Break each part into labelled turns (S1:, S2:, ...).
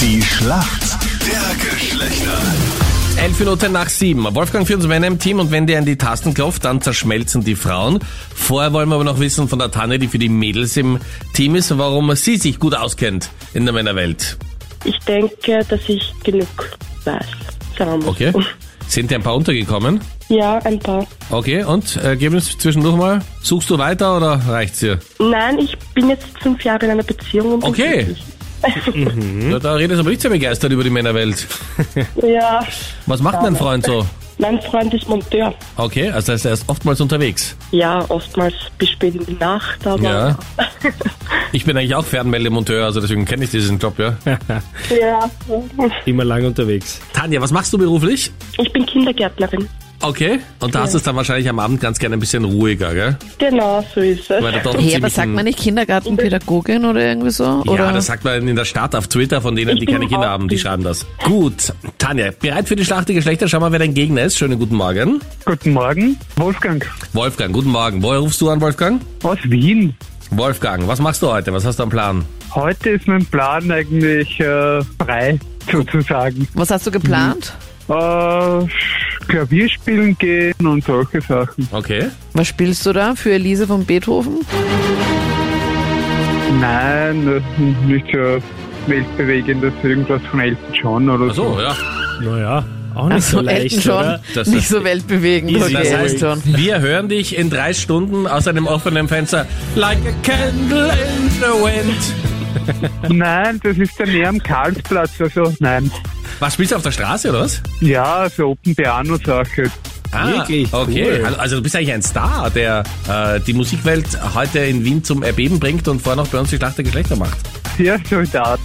S1: Die Schlacht der Geschlechter.
S2: Elf Minuten nach sieben. Wolfgang führt uns Männer im Team und wenn der an die Tasten klopft, dann zerschmelzen die Frauen. Vorher wollen wir aber noch wissen von der Tanne, die für die Mädels im Team ist, warum sie sich gut auskennt in der Männerwelt.
S3: Ich denke, dass ich genug weiß. Sagen wir mal
S2: Okay?
S3: so.
S2: Sind dir ein paar untergekommen?
S3: Ja, ein paar.
S2: Okay, und äh, gib uns zwischendurch mal. Suchst du weiter oder reicht's dir?
S3: Nein, ich bin jetzt fünf Jahre in einer Beziehung. Und bin
S2: Okay.
S3: glücklich.
S2: Ja, da redest du aber nicht sehr begeistert über die Männerwelt.
S3: Ja,
S2: Was macht denn ein Freund so?
S3: mein Freund ist Monteur.
S2: Okay, also heißt, er ist oftmals unterwegs.
S3: Ja, oftmals bis spät in die Nacht, aber
S2: Ja. Ich bin eigentlich auch Fernmeldemonteur, also deswegen kenne ich diesen Job, ja.
S3: ja.
S4: Immer lang unterwegs.
S2: Tanja, was machst du beruflich?
S3: Ich bin Kindergärtnerin.
S2: Okay, und da hast du es dann wahrscheinlich am Abend ganz gerne ein bisschen ruhiger, gell?
S3: Genau, so ist es.
S2: Weil da doch
S5: Hey,
S2: ziemlich
S5: aber sagt
S2: ein-
S5: man nicht Kindergartenpädagogin oder irgendwie so?
S2: Ja,
S5: oder?
S2: das sagt man in der Stadt auf Twitter von denen,
S3: Ich
S2: die
S3: bin
S2: keine Kinder
S3: auch-
S2: haben, die schreiben das. Gut, Tanja, bereit für die Schlacht der Geschlechter? Schau mal, wer dein Gegner ist. Schönen guten Morgen.
S6: Guten Morgen, Wolfgang
S2: Wolfgang, guten Morgen. Woher rufst du an, Wolfgang?
S6: aus Wien.
S2: Wolfgang, was machst du heute? Was hast du am Plan?
S6: Heute ist mein Plan eigentlich äh, frei, sozusagen.
S5: Was hast du geplant?
S6: Äh, Klavier spielen gehen und solche Sachen.
S2: Okay.
S5: Was spielst du da für Elise von Beethoven?
S6: Nein, das ist nicht so weltbewegendes, irgendwas von Elton John oder
S2: Ach so, ja.
S4: Naja, auch nicht so
S5: Also
S4: leicht,
S5: Elton John,
S4: oder?
S2: Das
S5: nicht
S2: ist-
S5: so weltbewegend.
S4: Easy
S5: Okay,
S2: Das
S5: Elton
S2: heißt,
S5: John.
S2: wir hören dich in drei Stunden aus einem offenen Fenster. Like a candle in the wind.
S6: so. Nein, das ist der näher am Karlsplatz, also nein.
S2: Was spielst du auf der Straße oder was?
S6: Ja, so Open Piano Sache.
S4: Wirklich?
S2: Ah, Okay.
S4: Cool.
S2: Also- Also du bist eigentlich ein Star, der äh, die Musikwelt heute in Wien zum Erbeben bringt und vorher noch bei uns die Schlacht der Geschlechter macht.
S6: Ja, so in der Art.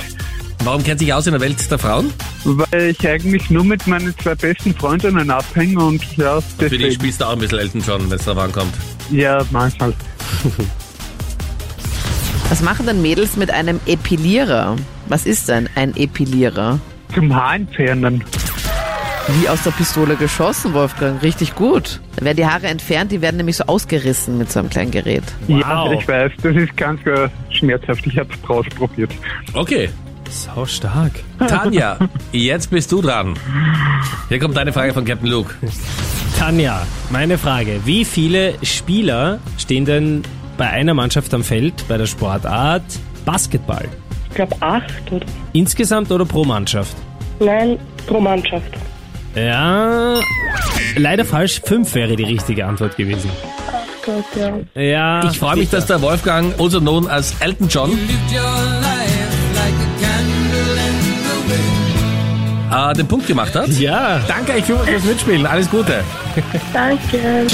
S2: Warum kennt sich aus in der Welt der Frauen?
S6: Weil ich eigentlich nur mit meinen zwei besten Freundinnen abhänge und ja,
S2: Für dich
S6: deswegen.
S2: spielst du auch ein bisschen Elton John, wenn es drauf ankommt.
S6: Ja, manchmal.
S5: Was machen denn Mädels mit einem Epilierer? Was ist denn ein Epilierer?
S6: Zum Haar entfernen.
S5: Wie aus der Pistole geschossen, Wolfgang. Richtig gut. Da werden die Haare entfernt, die werden nämlich so ausgerissen mit so einem kleinen Gerät.
S6: Ja,
S4: Wow.
S6: ich weiß, das ist ganz äh, schmerzhaft. Ich habe es draus probiert.
S2: Okay.
S4: Sau stark.
S2: Tanja, jetzt bist du dran. Hier kommt deine Frage von Captain Luke.
S4: Tanja, meine Frage. Wie viele Spieler stehen denn bei einer Mannschaft am Feld bei der Sportart Basketball?
S3: Ich glaube acht oder?
S4: Insgesamt oder pro Mannschaft?
S3: Nein, pro Mannschaft.
S4: Ja, leider falsch. Fünf wäre die richtige Antwort gewesen.
S3: Gott, ja.
S4: Ja,
S2: Ich freue mich, dass der Wolfgang uns und nun als Elton John äh, den Punkt gemacht hat.
S4: Ja.
S2: Danke euch fürs Mitspielen. Alles Gute.
S3: Danke.